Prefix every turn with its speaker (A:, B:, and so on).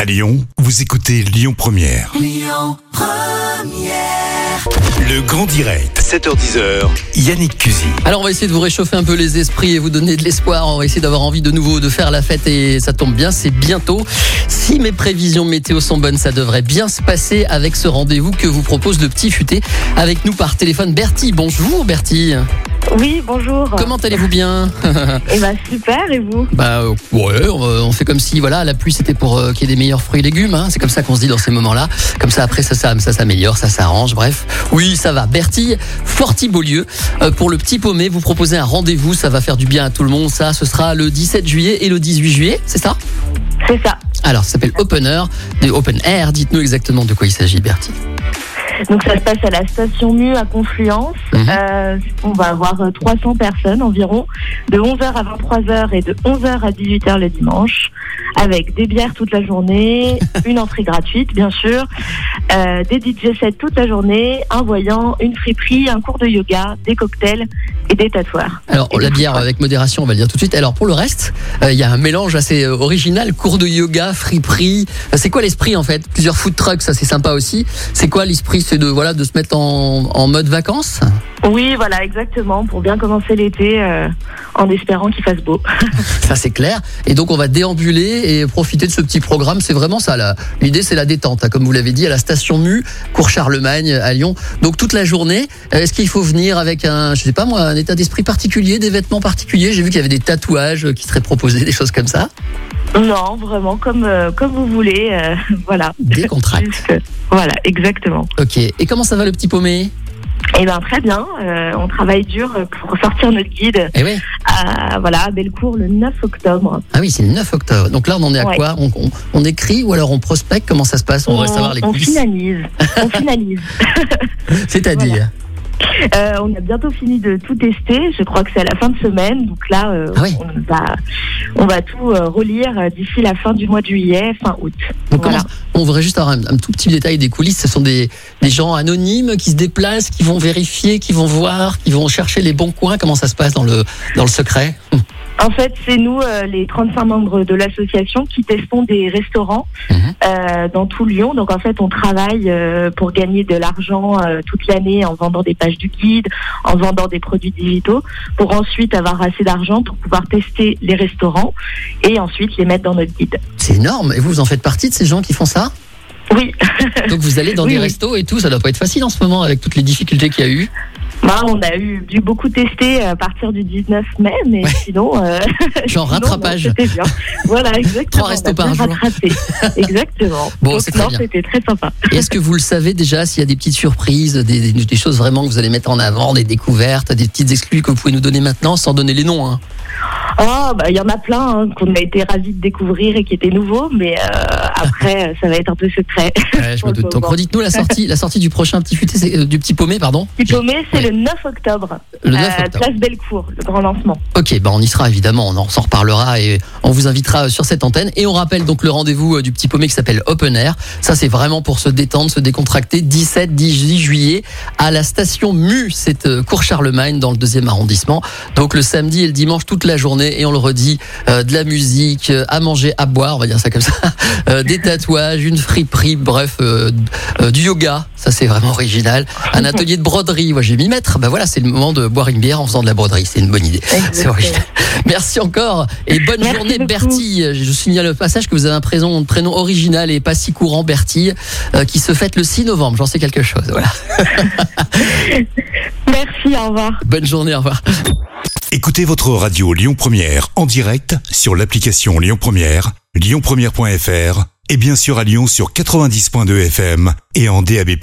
A: À Lyon, vous écoutez Lyon Première. Le grand direct, 7h10h, Yannick Cusy.
B: Alors on va essayer de vous réchauffer un peu les esprits et vous donner de l'espoir. On va essayer d'avoir envie de nouveau de faire la fête et ça tombe bien, c'est bientôt. Si mes prévisions météo sont bonnes, ça devrait bien se passer avec ce rendez-vous que vous propose le petit futé. Avec nous par téléphone, Bertie. Bonjour Bertie.
C: Oui, bonjour.
B: Comment allez-vous bien
C: Eh ben super, et vous
B: Bah euh, ouais, on, euh, on fait comme si voilà, la pluie c'était pour euh, qu'il y ait des meilleurs fruits et légumes. hein. C'est comme ça qu'on se dit dans ces moments-là. Comme ça après ça ça, ça s'améliore, ça s'arrange. Bref, oui ça va. Bertille, Forti Beaulieu, euh, pour le petit paumé, vous proposez un rendez-vous. Ça va faire du bien à tout le monde. Ça, ce sera le 17 juillet et le 18 juillet, c'est ça
C: C'est ça.
B: Alors ça s'appelle Open Air, des Open Air. Dites-nous exactement de quoi il s'agit, Bertille.
C: Donc ça se passe à la station Mu à Confluence.
B: Mhm.
C: Euh, on va avoir euh, 300 personnes environ, de 11h à 23h et de 11h à 18h le dimanche, avec des bières toute la journée, une entrée gratuite bien sûr, euh, des DJ sets toute la journée, un voyant, une friperie, un cours de yoga, des cocktails et des tatoueurs.
B: Alors
C: Et
B: la
C: des
B: bière
C: friperies.
B: avec modération, on va le dire tout de suite. Alors pour le reste, euh, il y a un mélange assez euh, original, cours de yoga, friperie. Euh, C'est quoi l'esprit en fait Plusieurs food trucks, ça c'est sympa aussi. C'est quoi l'esprit C'est de voilà de se mettre en, en mode vacances.
C: Oui, voilà, exactement, pour bien commencer l'été euh, en espérant qu'il fasse beau.
B: Ça c'est clair. Et donc on va déambuler et profiter de ce petit programme. C'est vraiment ça. là. L'idée c'est la détente, hein, comme vous l'avez dit, à la station Mu, cours Charlemagne à Lyon. Donc toute la journée. euh, Est-ce qu'il faut venir avec un, je sais pas moi, un état d'esprit particulier, des vêtements particuliers J'ai vu qu'il y avait des tatouages euh, qui seraient proposés, des choses comme ça.
C: Non, vraiment, comme, euh, comme vous voulez. euh, voilà.
B: Des contracts.
C: Juste, euh, voilà, exactement.
B: Ok. Et comment ça va le petit paumé
C: Eh ben très bien. euh, on travaille dur pour sortir notre guide
B: Eh oui.
C: à, voilà, à Bellecour le 9 octobre.
B: Ah oui, c'est le 9 octobre. Donc là, on en est à
C: Ouais.
B: quoi on, on- on écrit ou alors on prospecte Comment ça se passe On, va savoir les
C: on
B: coulisses.
C: finalise. on finalise.
B: C'est-à-dire
C: Euh, on a bientôt fini de tout tester. Je crois que c'est à la fin de semaine. Donc là, euh,
B: Ah oui.
C: on, va, on va tout euh, relire euh, d'ici la fin du mois de juillet, fin août.
B: Donc comment-
C: Voilà.
B: On voudrait juste avoir un, un tout petit détail des coulisses. Ce sont des, des gens anonymes qui se déplacent, qui vont vérifier, qui vont voir, qui vont chercher les bons coins. Comment ça se passe dans le, dans le secret
C: En fait, c'est nous, euh, les 35 membres de l'association, qui testons des restaurants
B: Mhm.
C: euh, dans tout Lyon. Donc, en fait, on travaille euh, pour gagner de l'argent euh, toute l'année en vendant des pages du guide, en vendant des produits digitaux, pour ensuite avoir assez d'argent pour pouvoir tester les restaurants et ensuite les mettre dans notre guide.
B: C'est énorme. Et vous, vous en faites partie de ces gens qui font ça
C: Oui,
B: Donc vous allez dans
C: Oui,
B: des
C: oui.
B: restos et tout. Ça doit pas être facile en ce moment avec toutes les difficultés qu'il y a eu.
C: Bah, on a eu dû beaucoup tester euh, à partir du 19 mai, mais sinon... euh,
B: Genre
C: sinon,
B: rattrapage.
C: non, C'était bien. Voilà, exactement.
B: restos
C: on a
B: par
C: bien
B: jour.
C: rattrapé. Exactement.
B: Bon,
C: Donc,
B: c'est très
C: non,
B: bien.
C: C'était très sympa.
B: Et Est-ce que vous le savez déjà s'il y a des petites surprises, des, des- des choses vraiment que vous allez mettre en avant, des découvertes, des petites exclus que vous pouvez nous donner maintenant sans donner les noms hein.
C: Oh, bah, il y en a plein hein, qu'on a été ravis de découvrir et qui étaient nouveaux, mais euh, après, euh, ça va être un peu secret.
B: Ouais, je me
C: On
B: doute.
C: peut
B: Donc
C: voir.
B: redites-nous la sortie, la sortie du prochain petit futé, c'est- euh, du petit paumé, pardon.
C: Diplômé, c'est
B: Ouais.
C: le 9 octobre,
B: Le
C: euh,
B: 9 octobre.
C: place Bellecour, le grand lancement.
B: Ok, bah on y sera évidemment, on en s'en reparlera et on vous invitera euh, sur cette antenne. Et on rappelle donc le rendez-vous euh, du petit paumé qui s'appelle Open Air. Ça c'est vraiment pour se détendre, se décontracter. 17-18 juillet à la station Mu, c'est euh, Cours Charlemagne dans le deuxième arrondissement. Donc le samedi et le dimanche toute la journée et on le redit, euh, de la musique, euh, à manger, à boire, on va dire ça comme ça, euh, des tatouages, une friperie, bref, euh, euh, du yoga, ça c'est vraiment original, un atelier de broderie, moi je vais m'y mettre. Bah voilà, c'est le moment de boire une bière en faisant de la broderie, c'est une bonne idée. C'est original. Merci encore et bonne
C: Merci
B: journée
C: beaucoup.
B: Bertie. Je vous signale au passage que vous avez un prénom, un prénom original et pas si courant Bertie euh, qui se fête le 6 novembre. J'en sais quelque chose. Voilà.
C: euh, Merci, au revoir.
B: Bonne journée, au revoir.
A: Écoutez votre radio Lyon Première en direct sur l'application Lyon Première, lyonpremière.fr et bien sûr à Lyon sur 90.2 FM et en DAB+.